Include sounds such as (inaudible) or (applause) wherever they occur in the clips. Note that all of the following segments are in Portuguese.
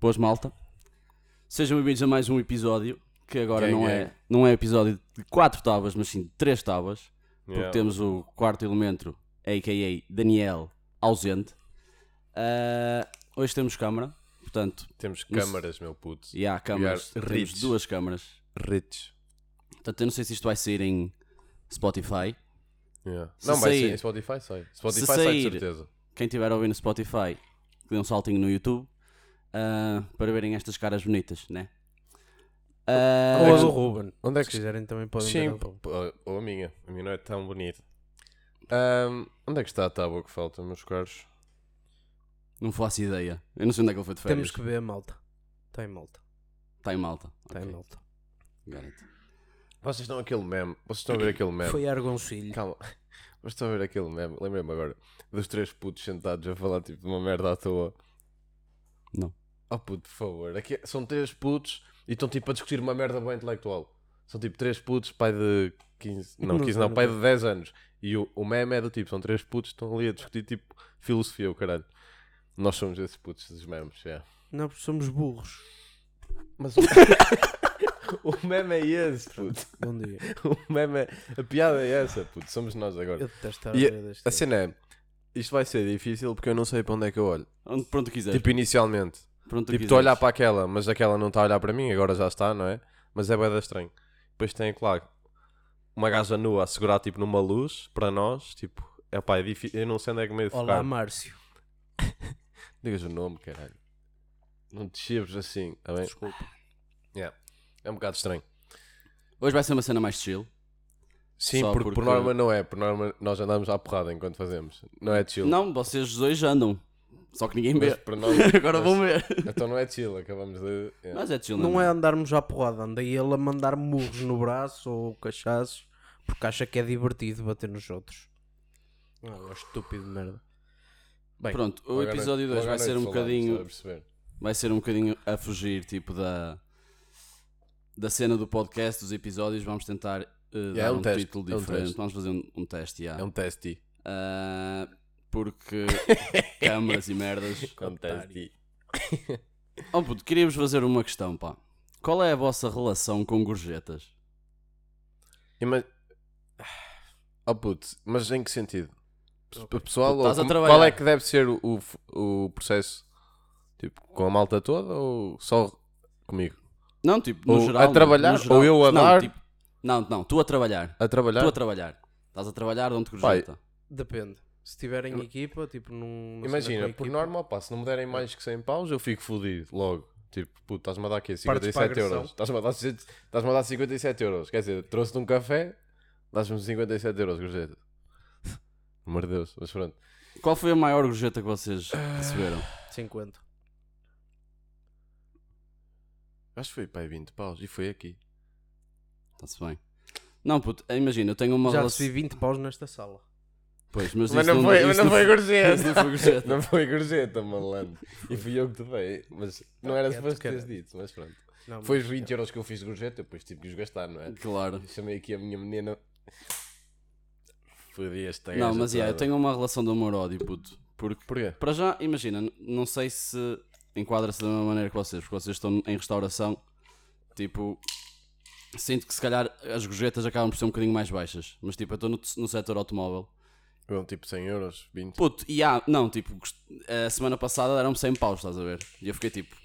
Boas malta. Sejam bem-vindos a mais um episódio, que agora Gang, não é, gang. não é episódio de quatro tábuas, mas sim de três tábuas, porque Yeah. temos o quarto elemento, a.k.a. Daniel, ausente. Ah, hoje temos câmara, portanto, Temos Não se- câmaras, meu puto. e há câmaras, We are temos rich. duas câmaras. Rich. Portanto, eu não sei se isto vai sair em Spotify. Yeah. Se Não, vai sair- ser em Spotify, sai. Spotify se sai de sair- certeza. Quem tiver a ouvir no Spotify, dê um saltinho no YouTube ah, para verem estas caras bonitas, né? Ah, Ou a do Ruben. Onde é Se que quiserem também podem ver a Sim, do Ruben. p- ou a minha. A minha não é tão bonita. Ahm, onde é que está a tábua que falta, meus caros? Não faço ideia. Eu não sei onde é que ele foi de férias. Temos que ver a malta. Está em malta. Está Tá em malta. Tá Está em Ok, malta. garanto. Vocês estão aquele meme. Vocês estão a ver aquele meme. Foi Argoncilho. Calma. (laughs) Vocês estão a ver aquele meme. Lembrei-me agora dos três putos sentados a falar tipo de uma merda à toa. Não. Oh puto, por favor. Aqui são três putos e estão tipo a discutir uma merda bem intelectual. São tipo três putos, pai de 15. Não, Não 15 sei, não, não pai sei. de 10 anos. E o, o meme é do tipo, são três putos que estão ali a discutir tipo filosofia, o caralho. Nós somos esses putos dos memes, é. Não, porque somos burros. Mas o... (laughs) o meme é esse, puto. Bom dia. O meme é... A piada é essa, puto. Somos nós agora. Eu detesto a E ver deste. A cena é, isto vai ser difícil porque eu não sei para onde é que eu olho. Onde, pronto quiseres. Tipo, inicialmente. pronto tipo, estou a olhar para aquela, mas aquela não está a olhar para mim, agora já está, não é? Mas é bem estranho. Depois tem, claro, uma gaja nua a segurar, tipo, numa luz, para nós, tipo, é pá, é difícil, eu não sei onde é que me ia Olá, focar. Márcio. Digas o nome, caralho. Não te chibes assim, está bem? Desculpa. É um bocado estranho. Hoje vai ser uma cena mais chill. Sim, Só porque, porque- por norma não é, por norma nós andamos à porrada enquanto fazemos. Não é chill. Não, vocês dois já andam. Só que ninguém mas vê. (laughs) por nós, Agora vão ver. Então não é chill, acabamos de. é. Mas é chill, Não é andarmos à porrada. Anda ele a mandar murros no braço ou cachaços porque acha que é divertido bater nos outros. Ah, é estúpido de merda. Bem, Pronto, o Logo à episódio 2 noite- logo à vai ser noite um falamos, bocadinho. estás a perceber? Vai ser um bocadinho a fugir, tipo, da. Da cena do podcast, dos episódios. Vamos tentar eh, dar é um um, teste, título é um diferente. teste. Vamos fazer um, um teste, já. É um teste. Ah, (laughs) porque câmaras e merdas. É um teste. Oh puto, queria-vos fazer uma questão, pá. Qual é a vossa relação com gorjetas? Ima... Oh puto, mas em que sentido? P- Pessoal, Puto, ou estás a como- trabalhar. qual é que deve ser o, o f- o processo? Tipo, com a malta toda ou só comigo? Não, tipo, no Ou geral. a trabalhar, no geral. ou eu a não, dar? Tá. tipo- não, não, tu a trabalhar. A trabalhar? Tu a trabalhar. Estás a trabalhar, dão-te gorjeta. Depende. Se tiverem equipa, tipo num. numa cena Imagina, com por equipa, norma, pá, se não me derem mais que 100 paus, eu fico fodido logo. Tipo, puto, estás-me a dar aqui Partes para a 57 euros. agressão. Estás-me a, dar, cento- estás-me a dar 57 euros. Quer dizer, trouxe-te um café, dás-me 57 euros, gorjeta. Amor de Deus, mas pronto. Qual foi a maior gorjeta que vocês receberam? 50. Acho que foi, pai, 20 paus. E foi aqui. Está-se bem. Não, puto, eh, imagina, eu tenho uma Já relação. recebi 20 paus nesta sala. Pois, mas, Mas isso não foi, mas isso (laughs) não foi isso não gorjeta. foi gorjeta. Não foi gorjeta, malandro. E fui eu que te dei. Mas não era quieto, suposto teres caralho. dito, mas pronto. Não, Foi mas- os 20 euros que eu fiz de gorjeta, eu depois tive que os gastar, não é? Claro. Chamei aqui a minha menina. Fodi esta Não, gaja mas yeah, eu toda. tenho uma relação de amor-ódio, puto. Porque Porquê? Para já, imagina, n- não sei se enquadra-se da mesma maneira que vocês, porque vocês estão em restauração, tipo, sinto que se calhar as gorjetas acabam por ser um bocadinho mais baixas, mas tipo, eu estou no, t- no setor automóvel. Foram tipo 100 euros, 20. Puto, e há, não, tipo, gost- a semana passada deram 100 paus, estás a ver? E eu fiquei tipo,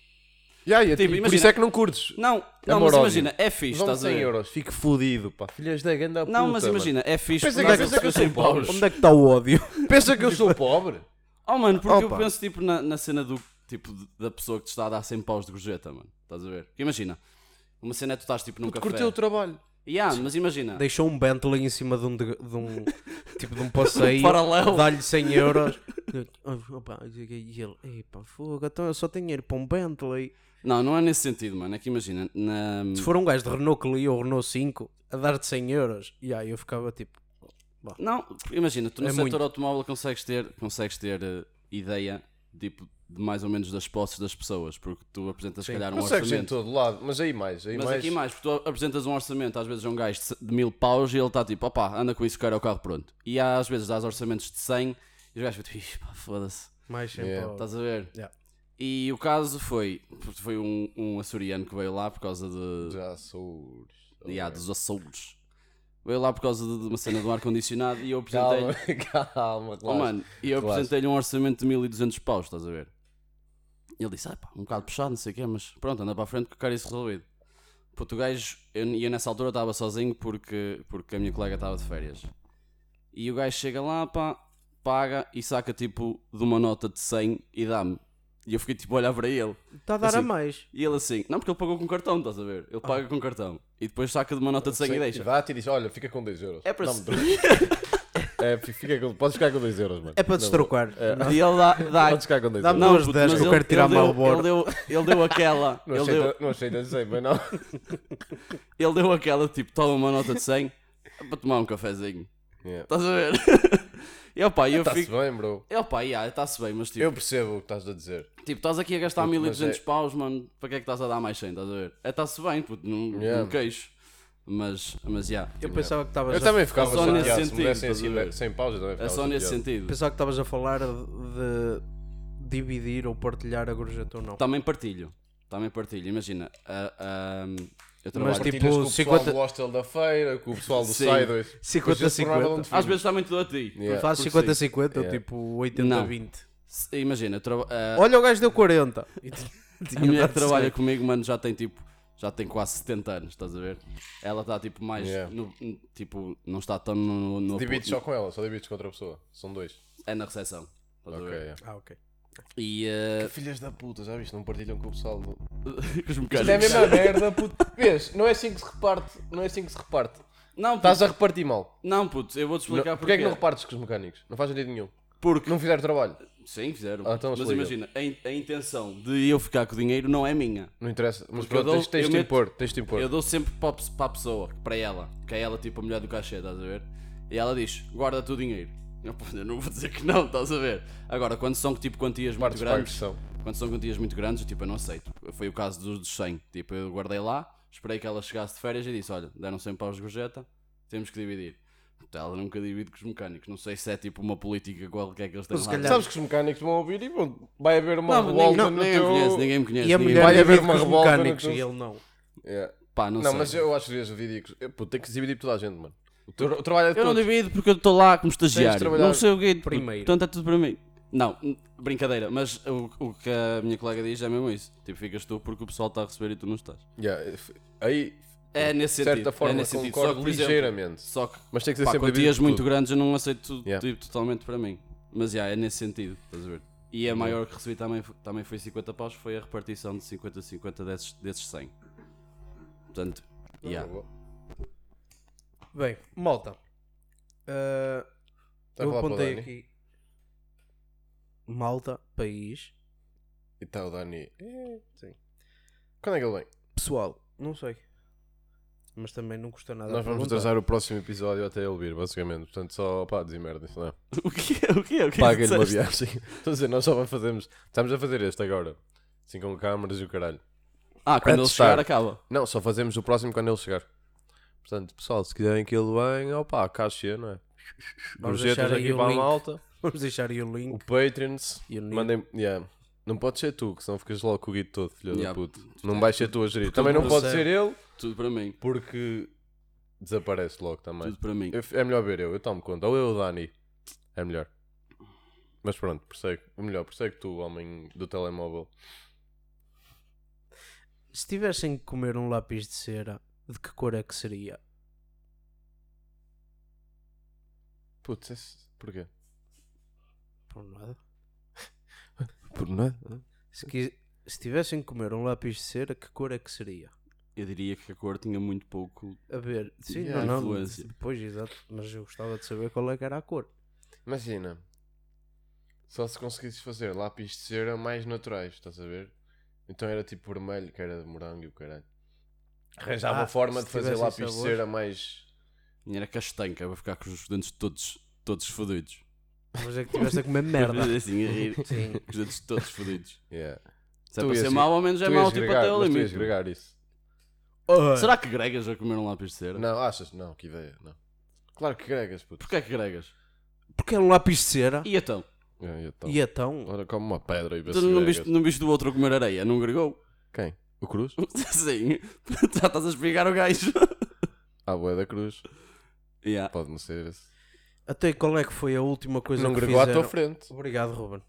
Yeah, e Tipo, tipo, por imagina- isso é que não curtes. não, não, mas Amor-ódio. imagina, é fixe, Dão-me estás a 100 ver? euros, fico fodido, pá. Filhas da ganda puta. Não, mas mano. imagina, é fixe, Pensa porque que- nós pensa que eu sou recebemos 100 paus. pobre. Onde é que está o ódio? Pensa que eu Tipo, sou pobre. Oh, mano, porque Opa. eu penso tipo na, na cena do tipo de- da pessoa que te está a dar 100 paus de gorjeta, mano, estás a ver? Porque imagina, uma cena é tu estás tipo num Puto, café. curteu o trabalho. Yeah, mas imagina. deixou um Bentley em cima de um, de, de um tipo de um passeio, paralelo. dá-lhe 100 euros. Eu, opa, e ele, epá, fogo, então eu só tenho dinheiro para um Bentley. Não, não é nesse sentido, mano. É que imagina, na... Se for um gajo de Renault Clio ou Renault 5 a dar-te 100 euros, e aí eu ficava tipo, não, imagina, tu no É setor muito. automóvel consegues ter, consegues ter eh, ideia tipo, de mais ou menos das posses das pessoas, porque tu apresentas, se Sim. calhar, um Consegues em orçamento. todo lado, mas aí mais. Aí Mas mais... aqui mais, porque tu apresentas um orçamento às vezes a um gajo de c- de mil paus e ele está tipo, opá, anda com isso que quero o carro pronto. E há, às vezes dás orçamentos de 100 e os gajos ficam tipo, "Ih, pá, foda-se, mais 100 Yeah. paus. estás a ver? Yeah. E o caso foi, tipo, foi um, um açoriano que veio lá por causa de. Já Açores. Yeah, dos Açores. Veio lá por causa de, de uma cena do ar-condicionado e eu apresentei-lhe. (laughs) calma, Oh, mano, e eu relaxa. apresentei-lhe um orçamento de 1200 paus, estás a ver? E ele disse: ah, pá, um bocado puxado, não sei o quê, mas pronto, anda para a frente que eu quero isso resolvido. Puto, o gajo, eu, e eu nessa altura estava sozinho porque, porque a minha colega estava de férias. E o gajo chega lá, pá, paga e saca tipo de uma nota de 100 e dá-me. E eu fiquei tipo a olhar para ele. Está a dar a Assim, mais. E ele assim, não, porque ele pagou com cartão, estás a ver? Ele paga com cartão. E depois saca de uma nota de 100 e deixa. Dá-te e diz: Olha, fica com 2 euros. É para Dá-me se- dois. É, fi- fica com, podes ficar com 2 euros, mano. É para Não, destrocar. Não. E ele dá, dá Podes ficar com 2 euros. Dá-me não, Duas puto, dez mas que eu ele- quero tirar ele deu- Marlboro. Ele deu, ele deu aquela. Não ele, achei, deu, não achei, não sei, mas não. ele deu aquela tipo, toma uma nota de 100 para tomar um cafezinho. (laughs) Yeah. Estás a ver? (laughs) E opá, e eu Está-se fico. bem, bro. E opá, yeah, está-se bem, mas tipo, Eu percebo o que estás a dizer. tipo, estás aqui a gastar Puto, mas 1200 é- paus, mano, para que é que estás a dar mais 100? Estás a ver? É, está-se bem, puto, não, Yeah. não queixo. Mas, mas, yeah. Eu pensava que estavas Eu a- também ficava só nesse chateado. Se me sentido, dessem estás a assim ver? sem pausa, também É ficava só nesse chateado. sentido. pensava que estavas a falar de dividir ou partilhar a gorjeta ou não. Também partilho. Também partilho. Imagina, a- a- eu trabalho. Mas, tipo, Partilhas com o pessoal 50 do hostel da feira, com o pessoal do Sim. Sideways. 50-50. Às vezes também tudo a ti. Yeah. Faz Porque 50-50 ou Yeah. tipo 80-20. Se- Imagina, eu traba- a- Olha, o gajo deu 40. E t- Ah. a tinha mulher dado que trabalha 50. comigo, mano, já tem tipo. Já tem quase 70 anos, estás a ver? Ela está tipo mais. Yeah. no- no- tipo, não está tão no. no- Divides só com ela, só divides com outra pessoa. Ah, São dois. É na recepção. Estás a Ok. ver? yeah. Ah, ok. E. eh, (laughs) Filhas da puta, já viste? Não partilham com o pessoal do. com os Isto é a mecânicos. mesma merda, puto. Vês? Não é assim que se reparte. Não é assim que se reparte. Não, puto, Estás a repartir mal. não, puto, eu vou-te Não, explicar Porquê é que não repartes com os mecânicos? Não faz sentido nenhum. Porque. Não fizeram trabalho. Sim, fizeram. Ah, então mas explica. imagina, a, in- a intenção de eu ficar com o dinheiro não é minha. Não interessa. Mas Porque eu pronto, tens, dou- tens eu de meto- impor. Tens de impor. Eu dou sempre para a pe- para a pessoa, para ela, que é ela tipo a mulher do cachê, estás a ver? E ela diz: guarda-te o dinheiro. Eu, pô, eu não vou dizer que não, (laughs) estás a ver? Agora, quando são tipo quantias muito Partes para a grandes, agressão. quando são quantias muito grandes, eu, tipo, eu não aceito. Foi o caso dos, dos 100. Tipo, eu guardei lá, esperei que ela chegasse de férias e disse: olha, deram 100 paus de gorjeta, temos que dividir. Puta, Ela nunca divide com os mecânicos. Não sei se é tipo uma política qualquer que eles têm Mas se lá. calhar- Sabes que os mecânicos vão ouvir e pronto, vai haver uma Não, ninguém, revolta no ninguém teu... me conhece, ninguém me conhece. E a ninguém- mulher Vai haver divide uma com os revolta no mecânicos e teu- ele não. Yeah. Pá, não, Não, sei. mas eu acho que devias dividir. com- Pô, tem que se dividir toda a gente, mano. O teu o trabalho é de Eu não todos. divido porque eu estou lá como Tens de estagiário. trabalhar Não sei o que primeiro. Portanto, é tudo para mim. Não, n- brincadeira, mas o, o que a minha colega diz é mesmo isso. Tipo, ficas tu porque o pessoal está a receber e tu não estás. Yeah, f- Aí, É nesse de sentido. certa forma, é nesse sentido. Só que, concordo por exemplo, ligeiramente. só que Mas tem que ser pá, sempre quantias dividido muito tudo. grandes eu não aceito tudo, Yeah. tipo, totalmente para mim. Mas já, é nesse sentido, estás a ver? E Uhum. a maior que recebi também, fo- também foi 50 paus, foi a repartição de 50-50 desses, desses 100. Portanto, yeah. (laughs) Bem, malta. Ah, Tá a eu falar para o apontei Dani? aqui. Malta, país. E tá o Dani. É, Sim. Quando é que ele vem? Pessoal, não sei. Mas também não custa nada. Nós vamos perguntar. trazer o próximo episódio até ele vir, basicamente. Portanto, só pá, diz merda, isso não (laughs) é? o que é? O que é? O que é que Paga-lhe uma disseste? viagem. (laughs) Estou a dizer, nós só vamos fazermos. Estamos a fazer este agora. Assim com câmaras e o caralho. Ah, quando ele Antes de chegar estar. acaba. Não, só fazemos o próximo quando ele chegar. Portanto, pessoal, se quiserem que ele venha, opá, caixa, não é? Vamos Gorjetas deixar aí aqui o para a link. malta. Vamos deixar aí o O link. Patreons. E o Nil. Mandem. Yeah. Não pode ser tu, que senão ficas logo com o guito todo, filho Yeah, da puta. Não vais ser tu a gerir. Também não não pode sei. ser ele, Tudo para mim. porque desaparece logo também. Tudo para mim. Eu- é melhor ver eu, eu tomo conta. Ou eu ou o Dani. É melhor. Mas pronto, persegue. O melhor, persegue tu, homem do telemóvel. Se tivessem que comer um lápis de cera, de que cor é que seria? Putz, esse... porquê? Por nada. Por é? nada? Se, quis- se tivessem que comer um lápis de cera, que cor é que seria? Eu diria que a cor tinha muito pouco. A ver, sim, Yeah, não, não, influência. depois, exato, mas eu gostava de saber qual é que era a cor. Imagina. Só se conseguisses fazer lápis de cera mais naturais, estás a ver? Então era tipo vermelho, que era de morango e o caralho. Arranjava Ah, forma se de fazer tivessem lápis de sabores. cera mais. Minha Era castanca, vou ficar com os dentes todos, todos fodidos. Mas é que tivesse a (laughs) comer merda. assim, a rir. Com Sim. os dentes todos fodidos. Yeah. Se é Tu para ias- ser mau, ao menos é tu mau, ias tipo, gregar, até ao mas tu ias limite. gregar isso. Será que gregas a comer um lápis de cera? Não, achas? Não, que ideia, não. Claro que gregas, puto. Porquê que gregas? Porque era um lápis de cera. E então? É, então. E então, Ora, como uma pedra e vê Tu se não gregas. viste, não viste do outro a comer areia? Não gregou? (laughs) Quem? O Cruz? Sim, (laughs) já estás a explicar o gajo. (laughs) Ah, boa da Cruz. Yeah. Pode não ser esse. Até qual é que foi a última coisa Não que gregou à fizeram? tua frente. Obrigado, Ruben.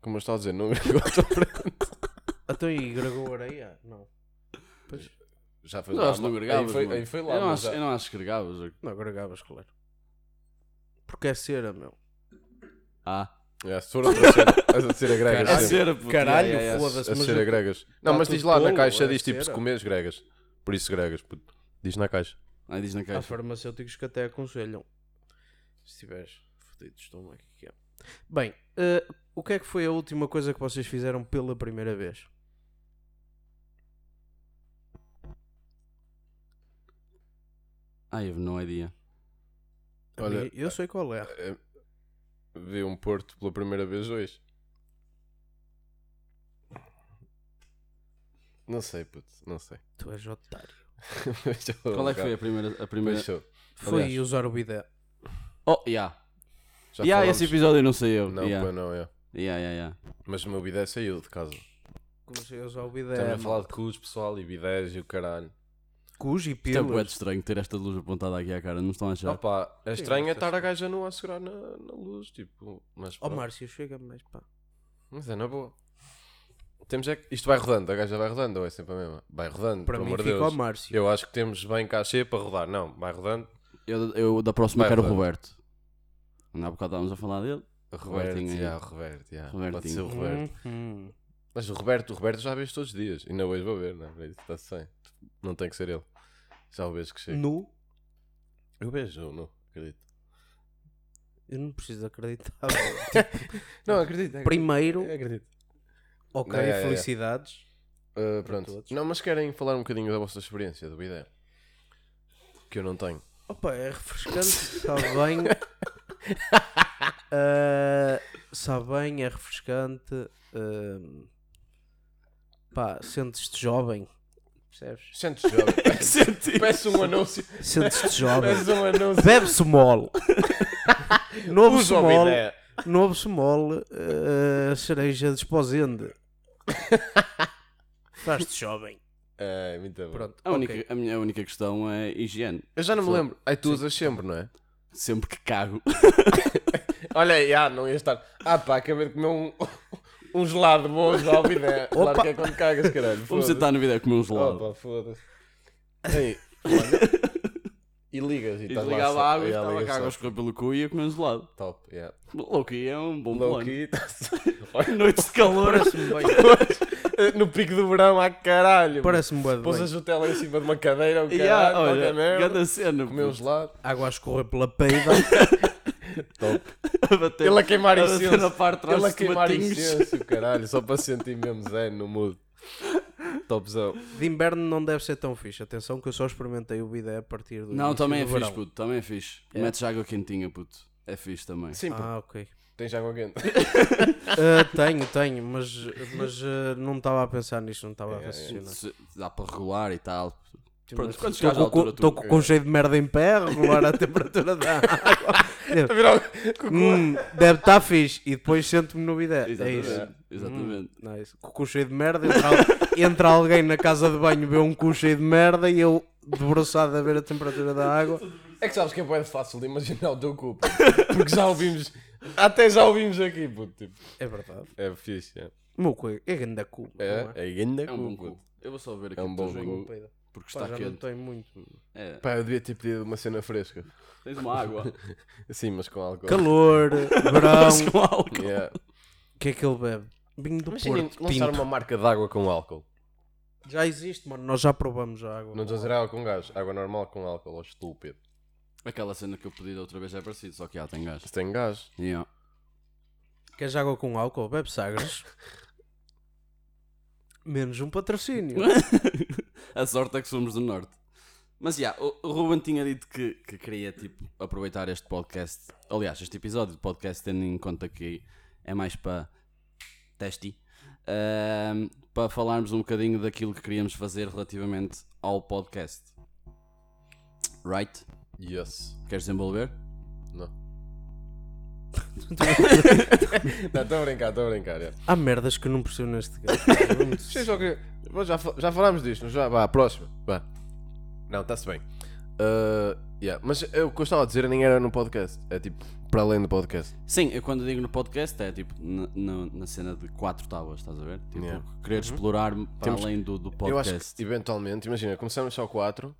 Como eu estou a dizer, (laughs) não gregou à tua frente. Até aí Então, gregou areia? Não. Já foi Mas eu lá. acho que não mas- gregavas. Aí foi, mano. aí foi lá. eu, não mas acho, já- eu não acho que gregavas. Não gregavas, claro. Porque é cera, meu. Ah, É, se for (laughs) outra cena, a cera gregas. é sim. cera, puto. Caralho, Yeah, yeah, yeah. foda-se. A mas é cera eu- gregas. Não, tá mas tudo diz lá na tolo, caixa, é diz tipo, se cera. comeres gregas. Por isso gregas, puto. Diz na caixa. Aí diz na Há caixa. farmacêuticos que até aconselham. Se tiveres fodido, estou aqui. Que é. Bem, eh, o que é que foi a última coisa que vocês fizeram pela primeira vez? I have no idea. Olha, Olha, eu sei qual é. Eh, Vi um Porto pela primeira vez hoje. Não sei, puto. Não sei. (laughs) Tu és otário. Qual é que foi a primeira. A primeira... Foi Aliás. usar o bidé. Oh, yeah. Já yeah, falámos- esse episódio não sei eu. Não, yeah. pois não, é. Yeah, yeah, yeah. Mas o meu bidé saiu de casa. Comecei a usar o bidé. Estamos a falar de cus, pessoal, e bidés e o caralho. cus e Isto é bué de pilas. estranho ter esta luz apontada aqui à cara, não estão a achar? Opa, é Sim, estranho é mas é estar a gaja nua a segurar na, na luz, tipo. Mas, Ó pronto. Márcio, chega-me mais pá. mas é na boa. Temos é que... Isto vai rodando, a gaja vai rodando, ou é sempre a mesma? Vai rodando, Para pelo mim amor de fica o Deus. Márcio. Eu acho que temos bem cachê para rodar. Não, vai rodando. Eu, eu da próxima Vai, quero o vai. Roberto. Não há bocado estávamos a falar (laughs) dele. Roberto, Robertinho, já, Roberto, já. Pode Robertinho. ser o Roberto. Uhum. Mas o Roberto, o Roberto já vês todos os dias. E não hoje vou ver, não é? Está sem. Não tem que ser ele. Já o vejo que chega. Nu. Eu vejo, não acredito. Eu não preciso acreditar. (laughs) Não, acredito. Primeiro, acredito. ok, Não, é, é, é. felicidades. Uh, Para pronto. todos. Não, mas querem falar um bocadinho da vossa experiência, do ideia? Que eu não tenho. Opa, é refrescante, (laughs) sabe bem. Ah, sabe bem, é refrescante. ah, pá, sentes-te jovem. Percebes? Sentes jovem. Peço um anúncio. Sentes-te jovem. (laughs) Peço um anúncio. (laughs) Bebe Small. Novo Usa o Small. ideia. Novo Small. ah, cereja desposende. (laughs) Faz-te jovem. É, muito bom. Pronto. A, única, ok. a minha única questão é higiene. Eu já não me Foi. lembro. Aí tu usas sempre, não é? Sempre que cago. Olha aí, ah, não ia estar. Ah pá, acabei de comer um, (laughs) um gelado bom já ao ideia. Claro Opa. que é quando cagas, caralho. (laughs) Vamos Foda-se. sentar na vida comer um gelado. Opa, foda-se. Aí, olha. E ligas (laughs) e E estás Então lá desligava só- a água e Yeah, estava a ligas cagar a só. escorrer pelo cu e ia comer um gelado. Top, yeah. Loki é um bom Low plano. key, tá estás- (laughs) Olha, Noites de calor. (laughs) (laughs) Parece-me bem. eh, no pico do verão, ah caralho. Parece-me bué de bem. Pousas o tela em cima de uma cadeira, um caralho, (laughs) yeah, qualquer olha, merda. grande cena. Comeu um puto. gelado. Água a escorrer pela peida. Top. A bater- Ele a queimar a bater na incenso. parte de trás Ele a dos queimar tomatinhos. (laughs) incenso, caralho. Só para sentir mesmo zen no mood. Topzão. De inverno não deve ser tão fixe. Atenção que eu só experimentei o bidé a partir do Não, início também é do fixe, verão. puto. Também é fixe. Metes água quentinha, puto. É fixe também. Sim, porque Ah, ok. tens água (laughs) quente. Ah, tenho, tenho, mas, mas ah, não estava a pensar nisto, não estava É, a raciocinar. Se- Dá para regular e tal. Pronto, quando chegares à Estou com, altura, estou tu... com, com cheio de merda em pé, a regular a (laughs) temperatura da água. A virar o cucu. Hum, deve estar fixe. E depois sento-me no bidé. É Exatamente. isso. Hum. Exatamente. Não, é isso. Com o cu cheio de merda, entra, al- (laughs) entra alguém na casa de banho, vê um cu cheio de merda e eu debruçado a ver a temperatura da água. É que sabes que é bem fácil de imaginar o teu cu, puto. porque já ouvimos, até já ouvimos aqui, puto. Tipo, É verdade. é fixe, é. O meu cu é grande cu. não É, é ainda É um bom cu. Eu vou só ver aqui É um o bom teu jogo, cu. Peida. porque Pá, está já não quente. tem muito. É, Pá, eu devia ter pedido uma cena fresca. tens uma água. (laughs) Sim, mas com álcool. Calor, verão. com um álcool. Yeah. O que é que ele bebe? Vinho do Imaginem Porto, lançar tinto. uma marca de água com álcool. Já existe, mano. Nós já provamos a água. Não estou a dizer água com gás, água normal com álcool, ó estúpido. Aquela cena que eu pedi da outra vez é parecido, só que já tem gás. Isto tem gás. Yeah. Queres água com álcool? Bebe Sagres. Menos (laughs) um patrocínio. a sorte é que somos do norte. Mas já, o o Ruben tinha dito que, que queria tipo, aproveitar este podcast. Aliás, este episódio de podcast, tendo em conta que é mais para teste, ahm, para falarmos um bocadinho daquilo que queríamos fazer relativamente ao podcast. Right? Yes. Queres desenvolver? Não. (laughs) Não, estou a brincar, é. estou a brincar. Yeah. Há merdas que eu não percebo neste gajo. (laughs) Vocês só que- Mas já, fa- já falámos disto, já, vá, próximo. Vá. Não, está-se bem. Ah, yeah, Mas eu, o que eu estava a dizer nem era no podcast. É tipo, para além do podcast. Sim, eu quando digo no podcast é tipo na, na- na cena de quatro tábuas, estás a ver? Tipo, Yeah. Uhum. querer explorar para Temos- além do, do Eu acho podcast. que, eventualmente, imagina, começamos só 4.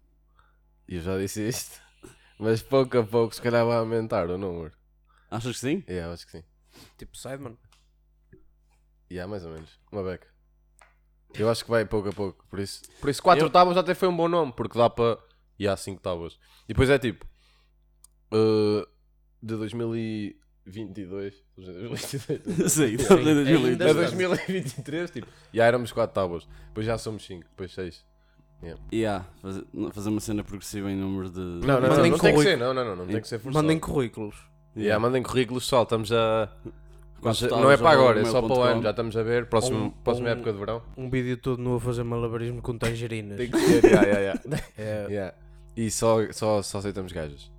E eu já disse isto. (laughs) Mas pouco a pouco, se calhar, vai aumentar o número. Achas que (laughs) sim? Yeah, eu acho que sim. Tipo Sideman. Yeah, mais ou menos. Uma beca. Eu acho que vai pouco a pouco. Por isso, por isso quatro tábuas até foi um bom nome, porque dá para. E há cinco tábuas. E depois é tipo. uh, de (laughs) 2022. (laughs) 2022. sim, É A ainda- Julieta. 2023, tipo. Já éramos quatro tábuas. Depois já somos cinco, depois seis. Yeah, fazer, fazer uma cena progressiva em números de. Não, não, não, não, Mandem tem que currículo. ser. Não, não, não, não tem que ser forçado. Mandem currículos. Yeah, mandem currículos, pessoal. Estamos a. Mas Quatro não é tábuas, para agora, é arroba só para o gmail.com. ano. Já estamos a ver. Próximo, Um- próxima um- época de verão. Um vídeo todo novo a fazer malabarismo com tangerinas. Tem que ser. Yeah, yeah, yeah. É, Yeah. E só, só, só aceitamos (laughs) gajas.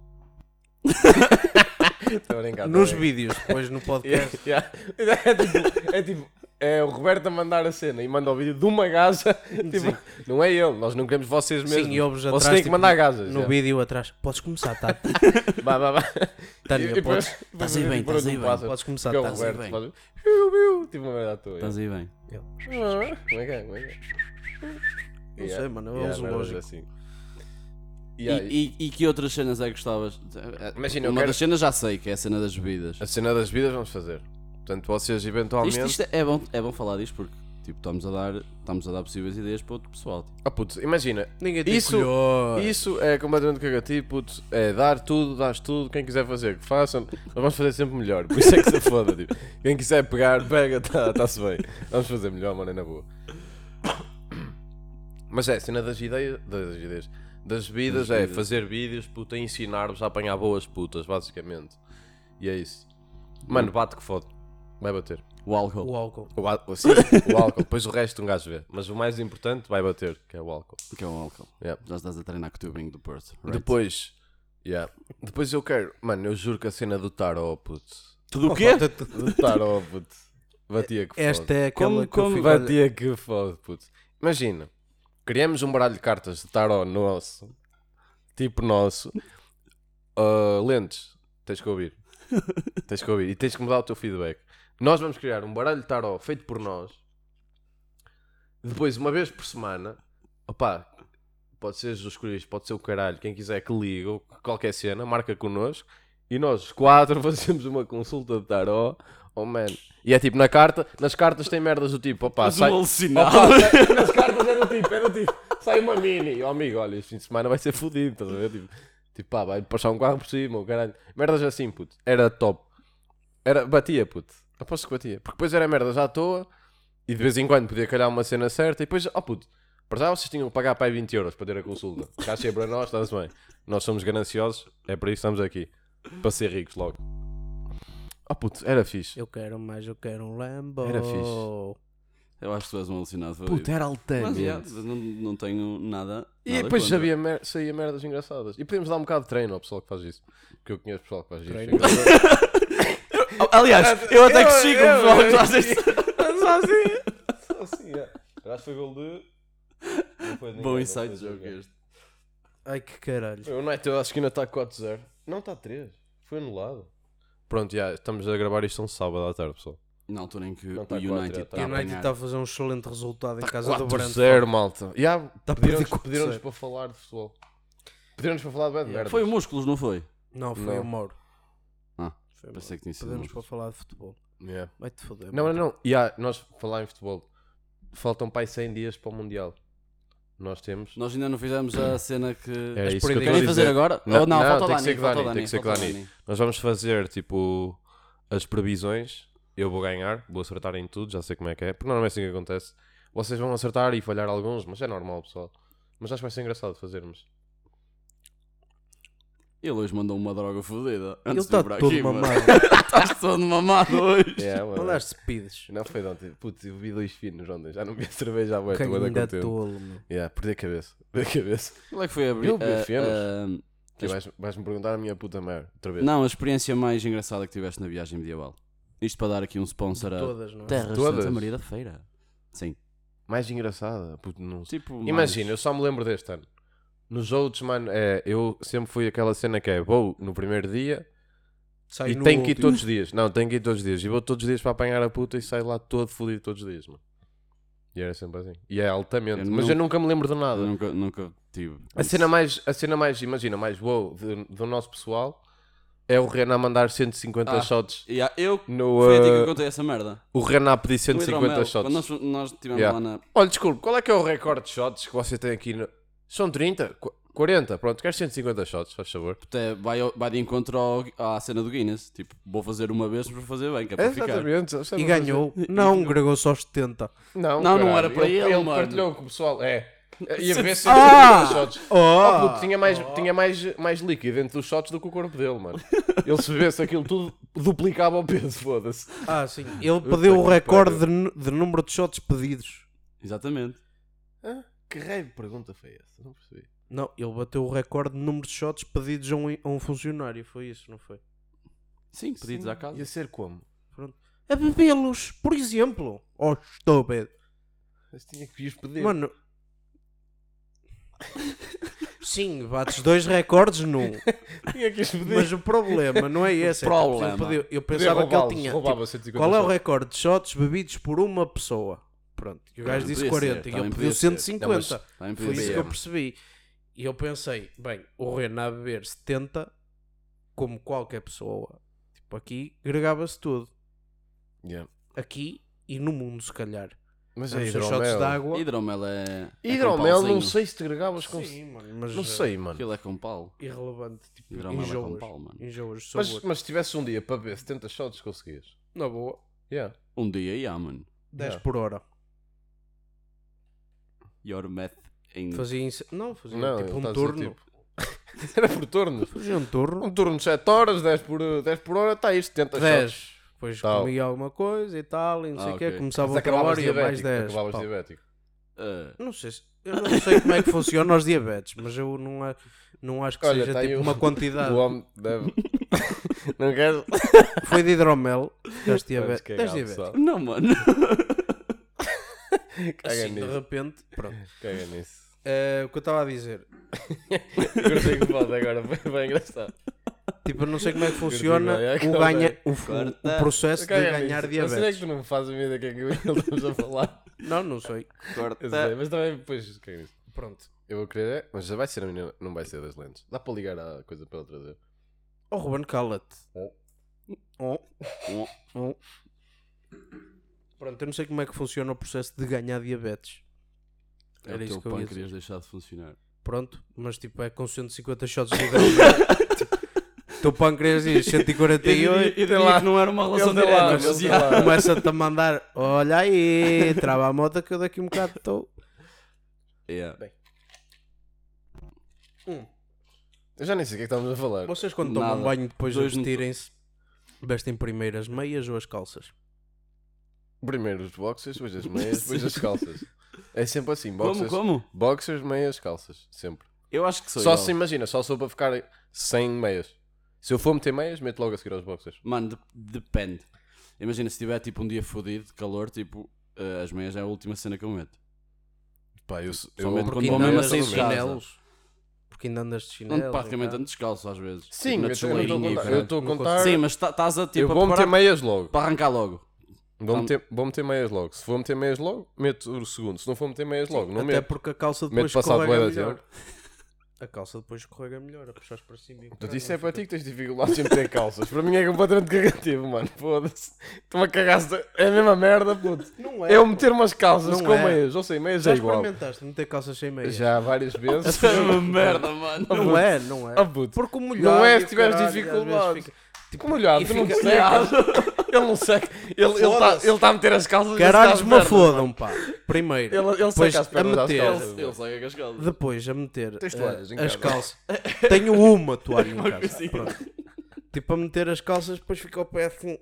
Estou a brincar. nos estou a brincar. vídeos, (laughs) depois no Yeah, podcast. yeah. É tipo, é tipo, é o Roberto a mandar a cena e manda o vídeo de uma gaja. (laughs) Tipo, não é ele, nós não queremos vocês mesmos. Sim, e ovos vocês atrás. têm que tipo, mandar gajas. No yeah. vídeo atrás. Podes começar, (laughs) Tati. Vá, vá, vá. E- e Tânia, depois- podes, Estás aí depois- bem, depois estás aí um bem. pássaro. podes começar, tá? Que é o Tati. estás aí Roberto. bem. faz- Viu, viu, Tipo uma merda à toa. Estás aí bem. yeah. Como é que é? Como é que é? Não Yeah. sei, mano. É Yeah, um merdas zoológico. assim. Yeah, e- E, e- e que outras cenas é que gostavas? Imagina, eu uma quero- das cenas já sei, que é a cena das bebidas. A cena das vidas vamos fazer. Portanto, vocês eventualmente. Isto, isto é, bom, é bom falar disto porque tipo, estamos, a dar, estamos a dar possíveis ideias para outro pessoal. tipo. Ah, puto, imagina. Ninguém te Isso, colhou. isso é completamente cagativo, puto. É dar tudo, dás tudo. Quem quiser fazer, que façam. Nós vamos fazer sempre melhor. Por isso é que se foda, tipo. Quem quiser pegar, pega, está-se bem. Vamos fazer melhor, mano, é na boa. Mas é, cena das ideias. Das ideias. Das vidas é fazer vídeos, puto, a ensinar-vos a apanhar boas putas, basicamente. E é isso. Mano, bate que fode. Vai bater. O álcool. O álcool. O, á- o- sim, o álcool. (laughs) Depois o resto um gajo vê. Mas o mais importante vai bater, que é o álcool. Que é o álcool. Yeah. Já estás a treinar com o tubing do Perth. right? Depois, yeah. depois eu quero, mano, eu juro que a cena do tarot, puto. Tudo o quê? Do tarot, puto. Batia que Esta é aquela Como- que eu como- fode. fico- Batia que fode, puto. Imagina, criamos um baralho de cartas de tarot nosso, tipo nosso. Ah, lentes, tens (laughs) que ouvir. Tens que ouvir e tens que mudar o teu feedback. Nós vamos criar um baralho de tarot feito por nós. Depois, uma vez por semana, opá, pode ser Jesus Cristo, pode ser o caralho, quem quiser que liga, ou qualquer cena, marca connosco. E nós, os quatro, (laughs) fazemos uma consulta de tarot. Oh man. E é tipo, na carta, nas cartas tem merdas do tipo, opá, Mas sai. um alucinado. Opa, sai- nas cartas é do tipo, é do tipo, sai uma mini. Oh amigo, olha, este fim de semana vai ser fodido, estás a ver? Tipo, tipo pá, vai passar um carro por cima, o caralho. Merdas assim, puto. Era top. Era, batia, puto. Aposto que batia. Porque depois era merdas à toa e de vez em quando podia calhar uma cena certa e depois, oh puto, para já vocês tinham que pagar para aí 20 euros para ter a consulta. Cá é para nós, está-se bem. Nós somos gananciosos, é por isso que estamos aqui. Para ser ricos logo. Oh puto, era fixe. Eu quero mais, eu quero um Lambo. Era fixe. (laughs) Eu acho que tu és um alucinado. Puto, fodido. era Mas, altamente. yeah, não, não tenho nada. E nada depois contra. sabia mer saía merdas engraçadas. E podemos dar um bocado de treino ao pessoal que faz isso. Porque eu conheço pessoal que faz isso. Treino. Aliás, eu até que Ah, Eu- sigo um o eu- pessoal que eu- faz isto. Só assim. Só (laughs) assim, é. Acho que foi gol de. não foi de (laughs) ninguém, Bom não insight foi de de jogo ninguém. este. Ai que caralho. O Night eu acho que ainda está 4-0. Não, está 3. Foi anulado. Pronto, já estamos a gravar isto um sábado à tarde, pessoal. Na altura em que Não o tá quatro, United já está tá. a o United apanhar. está a fazer um excelente resultado em casa do Brandford. 4-0, malta. Já Tá pediram-nos perdido pediram-nos 4-0. para falar de futebol. Pediram-nos para falar de bad merda. Foi o Músculos, não foi? Não, foi Não. o Moro. Ah, foi o Moro. Pensei que tinha sido Podemos para Músculos. falar de futebol. Yeah. Vai-te foder. Não, não, mano. não. E há- nós falar em futebol. Faltam para aí 100 dias para o Mundial. Nós temos. Nós ainda não fizemos a cena Hum. que. É isso que eu estou previsões. a Querem fazer dizer. agora? Não, Ou não, não, falta o tem que Dani. ser com falta o Dani, tem que ser com falta o Dani. Dani. Nós vamos fazer tipo as previsões. Eu vou ganhar, vou acertar em tudo, já sei como é que é, porque normalmente é assim que acontece. Vocês vão acertar e falhar alguns, mas é normal, pessoal. Mas acho que vai ser engraçado fazermos. Ele hoje mandou uma droga fodida. Ele antes de está vir para todo aqui, mano. (laughs) (laughs) mamado. Estás todo mamado hoje. É, mano. Falaste pedes. Não foi de ontem. Putz, eu vi dois finos ontem. Já não vi a (laughs) cerveja à boia, estou bué da Ainda contente. tolo, meu. Yeah, perdi a cabeça. (laughs) Perdi a cabeça. Qual é que foi a Ele bebeu a- fenas. a- Tu vais- vais-me perguntar a minha puta merda outra vez. Não, a experiência mais engraçada que tiveste na viagem medieval. Isto para dar aqui um sponsor a Todas, não é? Terras de Todas? Santa Maria da Feira. Sim. mais engraçada. puto, não- Tipo, Imagina, eu mais- só me lembro deste ano. Nos outros, mano, é, eu sempre fui aquela cena que é vou no primeiro dia Tá Sai e no tenho que ir último. todos os dias. Não, tenho que ir todos os dias. E vou todos os dias para apanhar a puta e saio lá todo fodido todos os dias, mano. E era sempre assim. E é altamente. Eu Mas nunca- eu nunca me lembro de nada. eu nunca, nunca tive. A cena mais, a cena mais imagina, mais wow do, do nosso pessoal é o Renan mandar 150 Ah. shots. Yeah, eu No, fui a ti que uh, contei essa merda. O Renan a pedir No 150 hidromel, Quando shots. nós, nós estivemos Yeah. lá na. Olha, desculpe, qual é que é o recorde de shots que você tem aqui? No... São 30? Qu- 40? Pronto, queres 150 shots, faz favor. Até vai, ao- vai de encontro ao- à cena do Guinness. Tipo, vou fazer uma vez, mas vou fazer bem, que é para ficar. Exatamente. sabe E fazer- ganhou. (laughs) Não, gregou só os 70. Não, Não, não caralho, era para ele, mano. partilhou com o pessoal. (laughs) É. Ia ver 150 Ah! shots. Oh! Oh, puto, tinha mais, tinha mais, mais líquido dentro dos shots do que o corpo dele, mano. Ele se bebesse aquilo tudo, duplicava o peso, foda-se. Ah, sim. Ele perdeu o que recorde de, nu- de número de shots pedidos. Exatamente. Hã? Que raio de pergunta foi essa? Não percebi. Não, ele bateu o recorde de número de shots pedidos a um, a um funcionário. Foi isso, não foi? Sim, pedidos à casa. Ia ser como? A bebê-los, por exemplo. Oh, estúpido. Mas tinha que os pedir. Mano. Sim, bates dois recordes (laughs) num. tinha que os pedir. Mas o problema não é esse. é que Problema. ele pediu- eu pensava que ele tinha. tipo, Roubava 150 qual é o shots. recorde de shots bebidos por uma pessoa? Pronto. E o gajo Também disse podia ser, 40 e ele também pediu podia ser. 150. Também podia Foi isso que ser. eu percebi. E eu pensei, bem, o Renan a beber 70, como qualquer pessoa, tipo aqui, gregava-se tudo. Yeah. Aqui e no mundo, se calhar. Mas é Os seus shots de hidromel. água. Hidromel é. é com Hidromel, não pauzinho. sei se te agregavas com... Sim, mano, mas Não eh, sei, mano. Aquilo é com pau. Irrelevante. Tipo, Hidromel é com enjoas. pau, mano. Enjoas, sou Mas, mas se tivesse um dia para ver 70 shots, conseguias. Na boa. Yeah. Um dia, yeah, mano. 10 Yeah. por hora. Your meth em. Fazia em se- Não, fazia Não, tipo ele tá a um dizer, turno. tipo- (laughs) Era por turnos. Fazia um turno. Um turno de 7 horas, 10 por, 10 por hora, está aí 70 shots. 10. Depois Tal. comia alguma coisa e tal, e não Ah, sei o ok. que. Começava Mas outra acabavas hora e ia mais diabético. 10. acabavas pau. diabético. Ah, Não sei se, eu não sei como é que funciona os diabetes, mas eu não, a- não acho que Olha, seja tá aí tipo o- uma quantidade. O homem (laughs) deve... não queres? Foi de hidromel, (laughs) ficaste Vamos diabetes. Tens cagar, diabetes. pessoal. não, mano. (laughs) Caga Assim, de nisso. repente, pronto. Caga nisso. Eh, o que eu estava a dizer, Cortei com falta agora, foi bem engraçado. tipo, eu não sei (laughs) como é que funciona Corta, o, corta. ganha, o, o- o processo de Caga ganhar nisso. Mas será que diabetes. tu não fazes a ideia do que é que ele estamos a (laughs) falar? Não, não sei. Eu Corta. Tá. sei, mas também, pois, caga nisso. Pronto. Eu vou querer, é- mas já vai ser, a minha- não vai ser das lentes. Dá para ligar a coisa para ele trazer. Oh, Ruben, cala-te. Oh. Oh, Oh. oh. Pronto, eu não sei como é que funciona o processo de ganhar diabetes. É Era o isso teu que eu ia pâncreas deixar de funcionar. Pronto, mas tipo é com 150 shots de hidrogênio. (laughs) Teu pâncreas diz 148. e lá. não era uma relação Ele tem lá, direta, ele mas (laughs) tem yeah. lá. Começa-te a mandar, olha aí, trava a moto que eu daqui um bocado estou. Yeah. Eu já nem sei o que é que estamos a falar. Vocês quando Nada. tomam banho depois de Dois no- vestirem-se, vestem primeiro as meias ou as calças? Primeiro os boxers, depois (laughs) as meias, depois as calças. É sempre assim, Como, boxers, como? boxers meias, calças. Sempre. Eu acho que sou só igual. se imagina, só sou para ficar sem meias. Se eu for meter meias, meto logo a seguir aos boxers. Mano, de- depende. Imagina se tiver tipo um dia fodido de calor, tipo, eh, as meias é a última cena que eu meto. Pá, eu, eu- Somente Quando Porque vão ainda mesmo andas assim de de casa. chinelos. Porque ainda andas de Não, chinelos. praticamente então. ando descalço às vezes. Sim, Tipo, eu na estou- eu estou a chuleirinha, contar. caralho. Eu estou a Não contar. Sim, mas tá- estás a tipo eu a vou meter preparar meias logo. para arrancar logo. (laughs) Vou meter, vou meter meias logo. Se for meter meias logo, meto o segundo. Se não for meter meias logo, não Até meto. porque a calça Meto depois passado escorrega bué de melhor. A calça depois escorrega melhor, a puxares para cima e Portanto, é? isso é para ti que tens dificuldades em meter calças. Para mim é completamente cagativo, mano. Foda-se. Estou a cagar. É a mesma merda, puto. Não é. Eu meter umas calças Não com é. meias. Ou sei, meias Já é igual. experimentaste meter calças sem meia? Já (laughs) várias vezes. Isso é uma merda, mano. Não é, não é. Ah, puto. Porque o molhado. Não é e se o tiveres caralho, às vezes dificuldades. fica- Tipo, molhado, e tu não fica- secas. (laughs) Ele não seca. Ele está Foda-se. ele tá a meter as calças. e seca Caralhos as me pernas. fodam, pá. Primeiro. Ele, ele Depois, seca as a pernas às meter. calças. Ele sai a cascada. Depois a meter Tens eh, toalhas em as casa? calças. Tenho (laughs) uma toalha em casa. Pronto. Tipo, a meter as calças, depois fica o pé assim.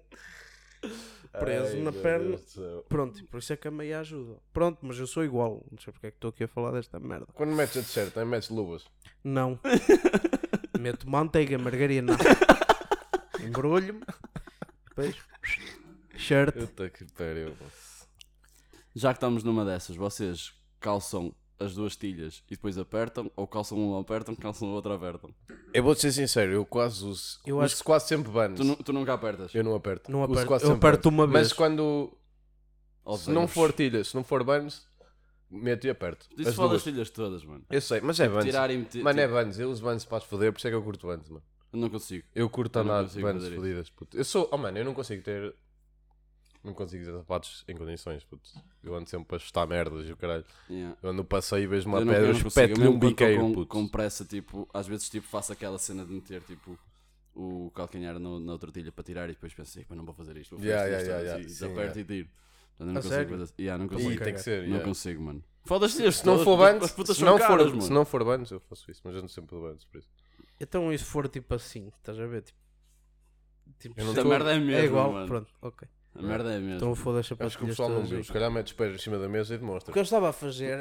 Preso Ai, na meu perna. Deus do céu. Pronto, e por isso é que a meia ajuda. Pronto, mas eu sou igual. Não sei porque é que estou aqui a falar desta merda. Quando metes a t-shirt, também metes luvas. (laughs) Não. Meto manteiga, margarina. Embrulho-me. Depois. Shirt. Puta que pariu. Já que estamos numa dessas, vocês calçam as duas tilhas e depois apertam, ou calçam uma apertam, calçam a outra apertam. Eu vou ser sincero, eu quase uso. Eu Eu acho acho que quase sempre banos. Tu, nu- tu nunca apertas. Eu não aperto. Não Uso aperto. quase Eu sempre aperto banos. uma Mas vez. quando. Oh, Se não Deus. for tilhas, se não for banos, meto e aperto. Tu As disse falar duas. das tilhas todas, mano. Eu sei, mas é banos. Tirar e meter. Mano, é tipo, banos. Eu uso banos para as foder, por isso é que eu curto banos, mano. eu não consigo. Eu curto Eu não andar de consigo bandas fazer isso. fodidas, puto. Eu sou. Oh, mano, eu não consigo ter. Não consigo ter sapatos em condições, puto. Eu ando sempre para chutar merdas e o caralho. Yeah. Eu ando no passeio e vejo uma eu não, pedra, eu não consigo. Eu espeto-lhe um mesmo quando tô biqueiro, com, puto. com pressa, tipo, às vezes tipo, faço aquela cena de meter tipo, o calcanhar no, na outra tilha para tirar e depois penso, "Epá, não vou fazer isto, vou fazer Yeah, isto, yeah, isto, yeah, isto, yeah. isto", e desaperto e tiro. Portanto, eu não A consigo sério? fazer- Yeah, não E consigo. tem que ser. Não yeah. consigo, mano. Foda-se tilhas Se não for banho, bandos, as putas se são não for, caras, se mano. não for bandos, eu faço isso, mas eu ando sempre de bandos, por isso. Então e se for tipo assim, estás a ver? Tipo, tipo, Eu não Esta tô- merda é mesmo, é igual, mano. pronto, ok. A merda é mesmo. Então vou deixar para Acho que o pessoal é não viu. O Se calhar mete os pés em cima da mesa e demonstra. que eu (laughs) estava a fazer.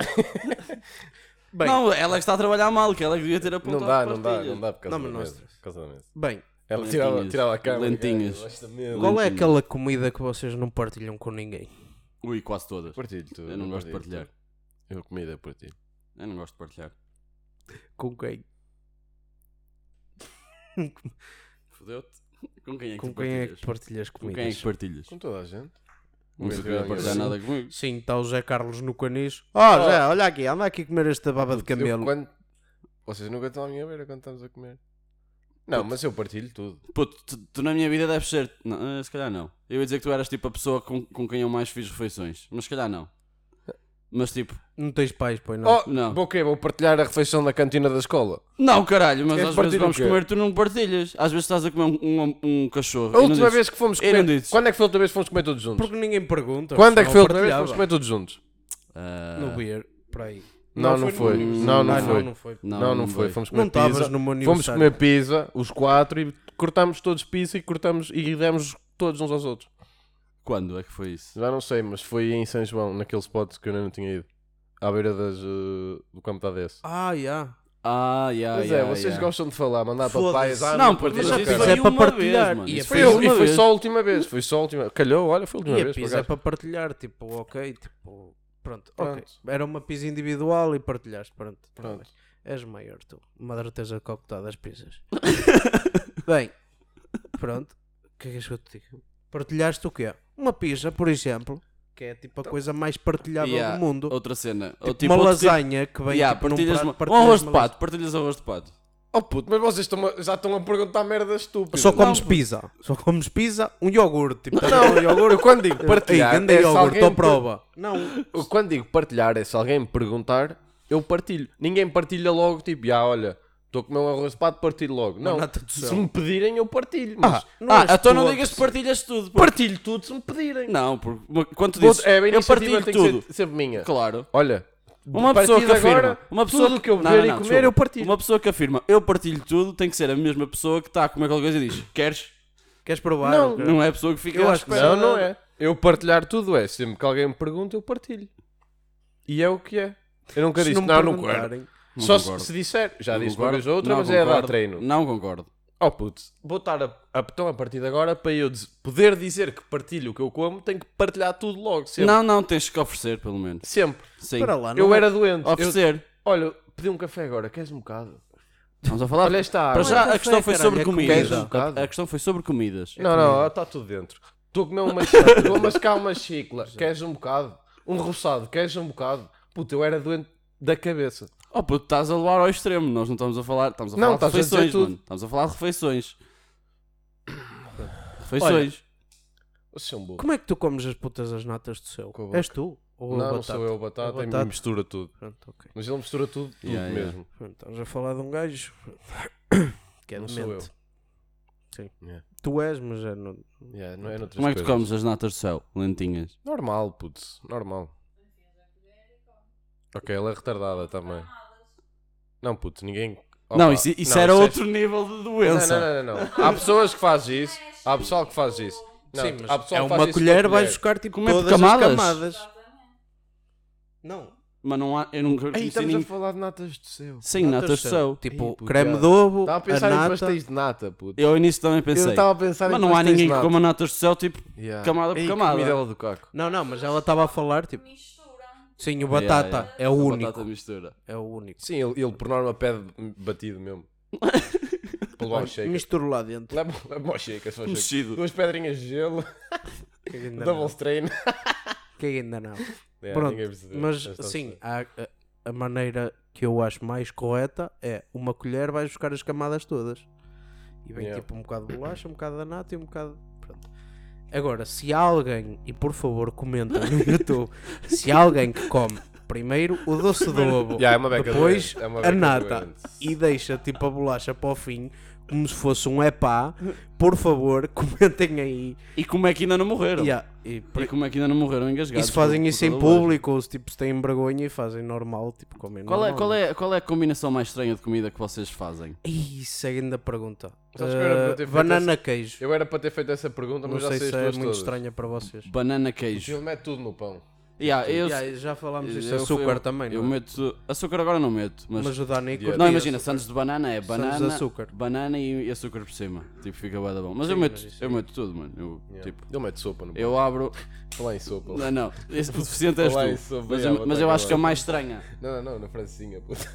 bem, Não, ela é que está a trabalhar mal, que ela é que devia ter apontado Não dá, para as não dá, tilhas. não dá por causa Não, da mas nós mesa. Por causa da mesa. bem, Ela Lentinhas. tirava, tirava a câmera. Lentinhas. cara, eu gosto da mesa. Len- qual é Lentinhas. aquela comida que vocês não partilham com ninguém? Ui, quase todas. Partilho tudo. Eu não gosto de partilho partilhar. tudo. Eu comida é partilho. Eu não gosto de partilhar. Com quem? Fodeu-te. Com quem é que com tu quem é partilhas? que partilhas Com quem é comidas? é que partilhas? Com toda a gente. Não Ninguém se tem queria partilhar ninguém. nada comigo. Sim, está o Zé Carlos no caniço. Oh, Zé, olha aqui, anda aqui comer esta baba de Puto, eu camelo. quando- Vocês nunca estão à minha beira quando estamos a comer. Não, mas eu partilho tudo. Puto, tu, tu na minha vida deves ser. Não, eh, se calhar não. Eu ia dizer que tu eras tipo a pessoa com, com quem eu mais fiz refeições. Mas se calhar não. Mas tipo. Não tens pais, pois não? Oh, Não. Vou o quê? Vou partilhar a refeição da cantina da escola. Não, caralho, mas Queres às vezes partilhar o vamos quê? comer tu não partilhas. Às vezes estás a comer um, um, um cachorro. A Eu não última disse- vez que fomos Eu não comer. disse. Quando é que foi a última vez que fomos comer todos juntos? Porque ninguém pergunta. Quando é senão que foi a última vez que partilhava. fomos comer todos juntos? Ah, No beer, por aí. Não, não foi. Não, não Ah, foi. não foi. não, Não, não foi. veio. Fomos Não comer estavas pizza. no meu Fomos aniversário. comer pizza, os quatro, e cortámos todos pizza e cortamos e demos todos uns aos outros. Quando é que foi isso? Já não sei, mas foi em São João, naquele spot que eu ainda não tinha ido. À beira das, eh, do campo da ADS. Ah, já. Ah, yeah, Pois é, yeah, vocês yeah. gostam de falar, mandar Foda-se. papaias. ah, Não, porque Mas partilha já já a câmera. fiz foi é uma para vez, partilhar. mano. E a Isso Foi, fiz eu- uma e foi vez. só a última vez, foi só a última. Calhou, olha, foi a última E a vez. por pizza é acaso. para partilhar, tipo, ok, tipo, pronto, ok. Pronto. Era uma pizza individual e partilhaste, pronto. tá Pronto. bem. És maior tu, Madre Teresa Cocotá das pizzas. bem, pronto, o que é que és que eu te digo? Partilhaste o quê? Uma pizza, por exemplo, que é tipo a coisa mais partilhável Yeah, do mundo. Outra cena. Ou, Tipo, tipo, uma outro tipo- lasanha que vem Yeah, tipo, num partilhas, prato, uma- um partilhas arroz de uma pato, partilhas arroz de pato. Oh puto, mas vocês estão a- já estão a perguntar merdas estúpidas. Só comes Não, pizza. Só comes pizza, um iogurte. Tipo, estás a Não, ver um iogurte. eu quando digo partilhar, Ei, ganda é se iogurte, alguém à per- prova. Não. eu quando digo partilhar é se alguém me perguntar, eu partilho. Ninguém partilha logo, tipo, ah, olha, estou a comer um arroz de pato, partilho logo. Não, nata do céu. se me pedirem, eu partilho. Mas Não ah, és então tu não a digas que partilhas tudo. pô. partilho tudo se me pedirem. Não, porque uma- quando tu Vou- dizes, é, a eu iniciativa partilho tem tudo. Que ser sempre minha. Claro. Olha, Uma a partir pessoa que de afirma, agora, uma pessoa tudo que eu Não, beber não, e não, comer, desculpa. eu partilho. Uma pessoa que afirma, eu partilho tudo, tem que ser a mesma pessoa que está a comer qualquer coisa e diz, queres? Queres provar? Não, Ok. Não é a pessoa que fica Eu à acho que espera. Não, não é. Eu partilhar tudo é. Sempre que alguém me pergunta, eu partilho. E é o que é. Eu nunca Se disse, me não, não quero. perguntarem- Não Só se, concordo. se disser, já Não disse uma concordo. vez ou outra, Não mas é a dar concordo. treino. Não concordo. Oh puto, vou estar a, a botão a partir de agora para eu diz- poder dizer que partilho o que eu como, tenho que partilhar tudo logo, sempre. Não, não, tens que oferecer, pelo menos. Sempre. Sim. Espera lá, não eu é- era doente. Eu- Oferecer. olha, pedi um café agora, queres um bocado? Vamos a falar. Olha esta água. Para já, Não é a questão café, foi caralho, sobre é comidas. comida. Queres um A questão foi sobre comidas. Não, não, está tudo dentro. Estou a comer uma chicla, estou a mascar uma chicla, queres um bocado? Um roçado, queres um bocado? Puto, eu era doente da cabeça. Oh puto, estás a levar ao extremo, nós não estamos a falar, estamos a falar Não, de estás a dizer refeições, tudo. mano. Estamos a falar de refeições. refeições. Vocês são burros. Como é que tu comes as putas as natas do céu? Com a boca. És tu? Ou a Não, não batata? sou eu, a batata, A e batata. mistura tudo. Pronto, ok. Mas ele mistura tudo, tudo É Yeah, yeah. mesmo. Pronto, Estamos a falar de um gajo (coughs) que é Não demente. sou Sim. Yeah. Tu és, mas é no... Yeah, não é noutras Como é que tu coisas. comes as natas do céu? Lentinhas. Normal, putz, normal. Ok, ela é retardada também. Não, putz, ninguém. não, Opa, isso, isso não, era é- outro nível de Não, doença. não, não, não, não. Há pessoas que fazem isso. Há pessoal que faz isso. Não, Sim, mas há pessoal é que faz uma isso com a colher, vais buscar tipo Como é que todas camadas? as camadas. Não. Mas não há, eu nunca Aí conheci estamos a ninguém falar de natas de céu. sem natas de céu. Tipo, Ei, puto, creme já. de ovo, Estava a a pensar em nata. pastéis de nata, puto. Eu ao início também Eu pensei. estava a pensar em Mas não há ninguém que pastéis de coma natas de céu, tipo, nata. Yeah. camada por Ei, camada. comidela do caco. Não, não, mas ela estava a falar, tipo... Sim, o Yeah, batata yeah. é o único. Batata mistura. É o único. Sim, ele, ele por norma pede (laughs) batido mesmo. Para levar um shake. Misturo lá dentro. Leva leva ao shake, é só shake. Mexido. Duas pedrinhas de gelo, Que ainda double não. strain. Que ainda não. (laughs) Yeah, Pronto, É, ninguém é percebeu. mas Esta sim, pessoa. há- a, a maneira que eu acho mais correta é uma colher vai buscar as camadas todas. E vem Yeah. tipo um bocado de bolacha, um bocado de nata e um bocado. Pronto. Agora, se há alguém, e por favor comenta no (laughs) YouTube, se há alguém que come primeiro o doce do ovo, Yeah, é uma beca depois doente, é uma a beca nata doente. e deixa tipo a bolacha para o fim, como se fosse um epá, por favor (laughs) comentem aí. E como é que ainda não morreram? Yeah, e E como é que ainda não morreram e engasgados? se fazem por- isso por em toda a loja? público, ou se tipo, se têm vergonha e fazem normal, tipo, comem Qual é, normal. qual, é, qual é a combinação mais estranha de comida que vocês fazem? Ih, segunda é pergunta. Sabes que eu era para Ah, ter feito banana queijo. Eu era para ter feito essa pergunta, Não mas já sei eh, sei as se é tuas muito todas. estranha para vocês. Banana queijo. Ele mete tudo no pão. Yeah, eu, Já- já falámos disso, eu- é açúcar eu- também, Eu não é? meto. Açúcar agora não meto, mas. Mas o Dani Yeah. não, curtia (laughs) imagina, açúcar. Santos de banana é banana. de açúcar. Banana e, e açúcar por cima. Tipo, fica bué da bom. Mas eu Sim, meto, mas isso eu meto tudo, mano. Eu, Yeah. tipo, Ele mete sopa no pão. eu abro. Falar em sopa. Não, não. Esse deficiente és Falar isso, tu. Mas, yeah, eu, vou mas ter eu que acho que a acabar. mais estranha. Não, não, não, na francesinha, puta.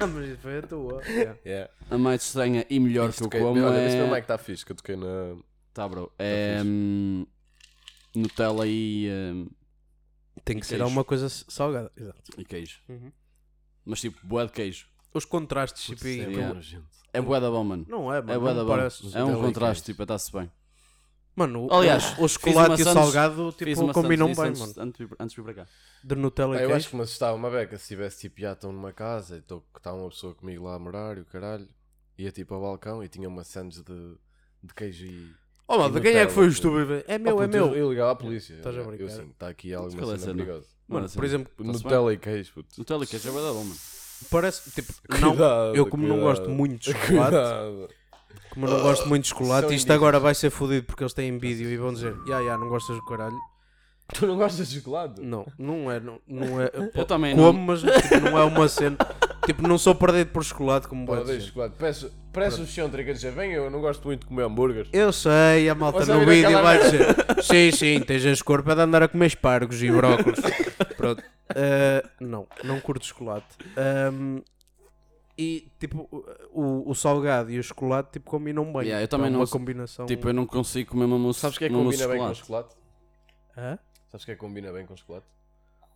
Ah, mas foi a tua. Yeah. (laughs) Yeah. A mais estranha e melhor que eu Toquei- como Olha, esse mesmo é é. que está fixe, que eu toquei na... Tá, bro. É. hum, Nutella e. hum, Tem que ser queijo. alguma coisa s- salgada. Exato. e queijo. Uhum. Mas tipo, bué de queijo. Os contrastes, tipo, e- é Yeah. nojento. É bué da bom, mano. Não é, mano. É bué da não bom. parece. É Nutella um e contraste, queijo. tipo, está-se bem. Mano, o- Aliás, o uma chocolate e o sandes- salgado, tipo, sandes combinam disso bem, antes, mano. Antes, de vir- antes de vir para cá. De Nutella e eu acho queijo. que é me assustava uma beca se tivesse tipo, já estão numa casa e estou- está uma pessoa comigo lá a morar e o caralho. Ia tipo ao balcão e tinha uma sandes de, de queijo e. Oh, mano, de quem é que Nutella, foi o puto. estúpido? É meu, Ah, é puto, meu. Eu, eu ligava à polícia. Estás a Eu- brincar. Eu sim, está aqui Qual é alguma a cena cena? perigosa. Mano, Por exemplo, Está-se Nutella e queijo, puto. Nutella e queijo é bué da bom, mano. parece. Tipo, não, Cuidado, eu, como não cuidado. gosto muito de (laughs) chocolate, Cuidado. como não gosto muito de chocolate, São isto agora vai ser fodido porque eles têm vídeo e vão dizer: Ya, ya, não gostas do caralho. Tu não gostas de chocolate? Não, não é. Não, não é Eu também como, não. mas tipo, não é uma cena. Tipo, não sou perdido por chocolate, como Pá, pode deixa dizer. chocolate. Parece, parece o Xandra que dizer: Vem, eu não gosto muito de comer hambúrgueres. Eu sei, a malta Você no vira vídeo aquela vai dizer: (laughs) Sim, sim, tens esse corpo é de andar a comer espargos e brócolos. Pronto. Ah, não, não curto chocolate. Ahm, e tipo, o, o salgado e o chocolate tipo, combinam bem. Yeah, eu também é não uma se- combinação. Tipo, eu não consigo comer uma mousse Então, Sabes o que é que uma mousse combina bem com chocolate. chocolate? Hã? Sabes o que é que combina bem com chocolate?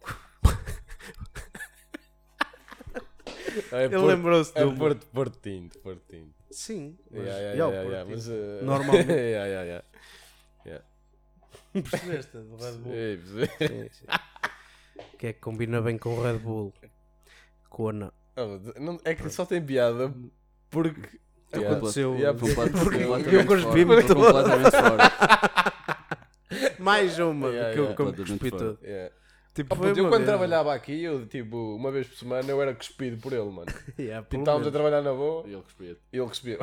(laughs) é Ele lembrou-se É do. Porto, Porto Tinto, Porto Tinto. Sim, mas. Yeah, yeah, yeah, o yeah, Porto yeah, mas, eh, (laughs) Normalmente. yeah, yeah, yeah. Tinto. Percebeste? Do Red Bull. Ei, eh, perce- Sim, sim. (laughs) que é que combina bem com o Red Bull? Cona. Oh, não- é que só tem piada porque. Então Yeah. aconteceu- Yeah, porque- Completo- porque- um completamente eu cuspi-me fora. Estou todo. (laughs) completamente fora. Mais uma do Yeah, que eu yeah. com- Completamente cuspi fora. tudo. Yeah. Tipo, Oh, foi puto, eu uma quando vez. trabalhava aqui, eu tipo, uma vez por semana eu era cuspido por ele, mano. Tipo, Yeah, pelo Estávamos a menos. trabalhar na boa E ele cuspia. e ele cuspiu.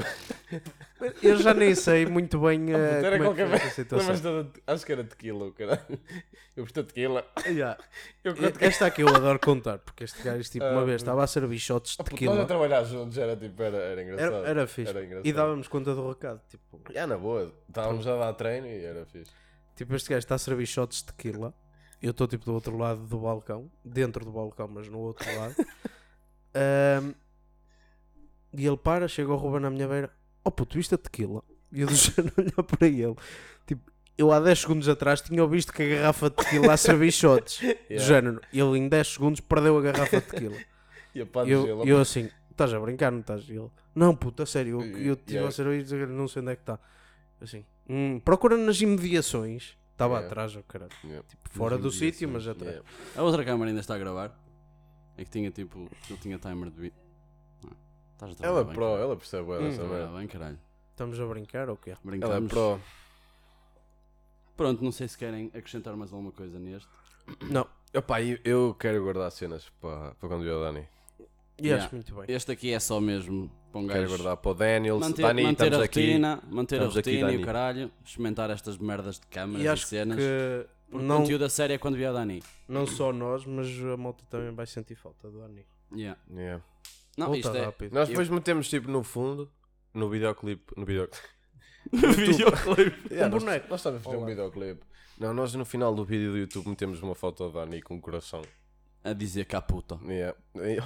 Eu já nem sei muito (laughs) bem Puto, eh, Ah, era como é que qualquer foi essa vez. situação. Lembras-te da- Acho que era tequila, o caralho. (laughs) Eu gostei de tequila. (laughs) Yeah. Eu quando que. Esta aqui eu adoro contar, porque este gajo, tipo, uma Ah, vez estava a servir shots de Oh, Puto, Nós a tequila. trabalhar juntos era tipo, era, era engraçado. Era, tá era fixe. Era engraçado. e dávamos conta do recado. Tipo, Já na boa, estávamos a dar treino e era fixe. tipo, este gajo está a servir shots de tequila. Eu estou, tipo, do outro lado do balcão. Dentro do balcão, mas no outro lado. Ahm, e ele para, chega o Ruben na minha beira. Oh puto, viste a tequila? E eu deixei de (laughs) olhar para ele. Tipo, eu há 10 segundos atrás tinha visto que a garrafa de tequila a servir shots. Do Yeah. género. Ele em 10 segundos perdeu a garrafa de tequila. E a pá de E eu, gelo. e eu assim, estás a brincar, não estás? E ele, não, puta, sério, eu, eu estive Yeah. a servir, dizer, não sei onde é que está. Assim, "Hum, procura nas imediações. Estava Yeah. atrás, oh, caralho. Yeah. Tipo, fora do sítio, mas Yeah. atrás. A outra câmara ainda está a gravar. É que tinha tipo. Ele tinha timer de. vi- Ah, Estás a Ela trabalhar é bem, pro, caralho. ela percebe bué Hum. dessa Estás a merda. trabalhar bem, caralho. Estamos a brincar ou quê? Ela é Brincamos. pro. Pronto, não sei se querem acrescentar mais alguma coisa neste. Não. Opa, eu, eu quero guardar cenas para, para quando vier o Dani. E Yeah. acho muito bem. Este aqui é só mesmo para um Quero gajo guardar para o Daniel. manter, Dani, manter a estamos aqui. rotina, manter a Estamos aqui, rotina e o Dani. caralho, experimentar estas merdas de câmaras E e, acho cenas. que Porque Não- o é conteúdo da série é quando via Dani. Não só nós, mas a malta também vai sentir falta do Ani. Yeah. Yeah. Não, Volta isto é. rápido. Nós depois metemos tipo no fundo, no videoclipe. No videoclipe. Videoclipe. Yeah, nós- Um boneco. Nós estamos a fazer um Olá. videoclipe. Não, nós no final do vídeo do YouTube metemos uma foto da Dani com um coração. A dizer cá puta. Yeah. (laughs)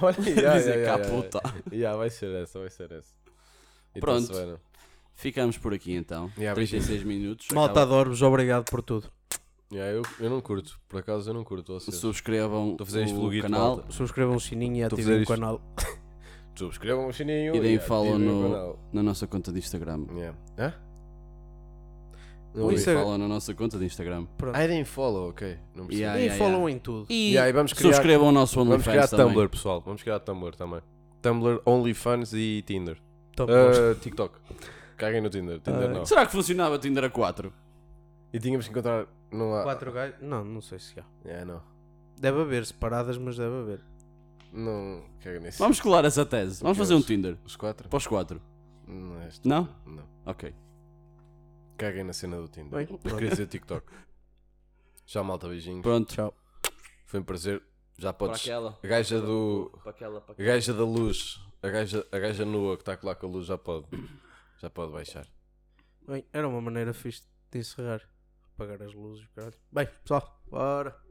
(laughs) Olha, yeah, dizer yeah, cá yeah, puta. yeah. Yeah, vai ser essa, vai ser essa. Pronto. se bem, não? Ficamos por aqui então. Yeah, 36 minutos. Malta, Acaba- adoro-vos, obrigado por tudo. Yeah, eu, eu não curto, por acaso eu não curto. Vocês. Subscrevam a fazer isto pelo o Guito, canal. malta. Subscrevam o sininho e a ativem fazer o isto. canal. Subscrevam o um sininho E deem yeah, follow ativem o no- canal. na nossa conta de Instagram. Yeah. Hã? Não Ou ouvi. Isso é- falam na nossa conta de Instagram. Pronto. Ah, deem follow, ok. Não percebi. Ah, Yeah, e yeah, falam em tudo. E, Yeah, e vamos criar- subscrevam o nosso Vamos criar OnlyFans também. Tumblr, pessoal. Vamos criar Tumblr também. Tumblr, OnlyFans e Tinder. Top Eh, Ah, TikTok. Caguem no Tinder. Tinder Ah. não. Será que funcionava Tinder a 4? E tínhamos que encontrar. Não há. Quatro gajos? Não, não sei se há. É, não. Deve haver separadas, mas deve haver. Não. Caga nisso. Vamos colar essa tese. Vamos fazer um Tinder. Os quatro? Para os 4. Não. é isto. Não? Não. Ok. Caguem na cena do Tinder. Bem, Eu pronto. queria dizer TikTok. Já, malta, beijinhos. Pronto. Tchau. Foi um prazer. Já Para podes. aquela. A gaja do. Para aquela, para A gaja da luz. A gaja, a gaja nua que está lá com a luz já pode. Já pode baixar. Bem, era uma maneira fixe de encerrar. Apagar as luzes, caralho. Bem, pessoal, bora.